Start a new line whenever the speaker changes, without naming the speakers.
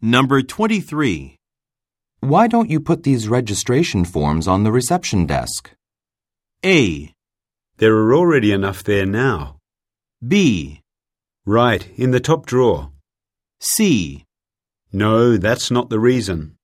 Number 23.
Why don't you put these registration forms on the reception desk?
A.
There are already enough there now.
B.
Right, in the top drawer.
C.
No, that's not the reason.